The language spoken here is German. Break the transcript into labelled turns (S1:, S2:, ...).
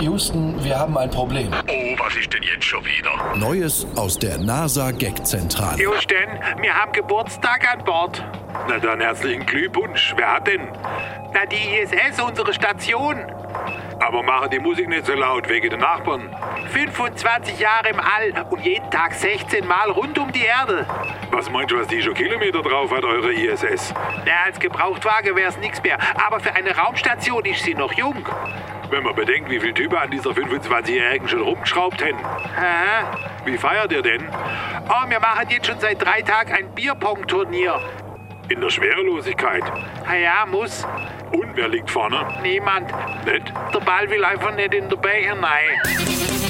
S1: Houston, wir haben ein Problem.
S2: Oh, was ist denn jetzt schon wieder?
S3: Neues aus der NASA-Gag-Zentrale.
S4: Houston, wir haben Geburtstag an Bord.
S2: Na dann herzlichen Glückwunsch. Wer hat denn?
S4: Na, die ISS, unsere Station.
S2: Aber mache die Musik nicht so laut wegen den Nachbarn.
S4: 25 Jahre im All und jeden Tag 16 Mal rund um die Erde.
S2: Was meinst du, was die schon Kilometer drauf hat, eure ISS?
S4: Na, als Gebrauchtwagen wär's nix mehr. Aber für eine Raumstation ist sie noch jung.
S2: Wenn man bedenkt, wie viele Typen an dieser 25-Jährigen schon rumgeschraubt hätten.
S4: Aha.
S2: Wie feiert ihr denn?
S4: Oh, wir machen jetzt schon seit drei Tagen ein Bierpong-Turnier.
S2: In der Schwerelosigkeit.
S4: Na Ah ja, muss.
S2: Und wer liegt vorne?
S4: Niemand.
S2: Nicht?
S4: Der Ball will einfach nicht in der Becher rein.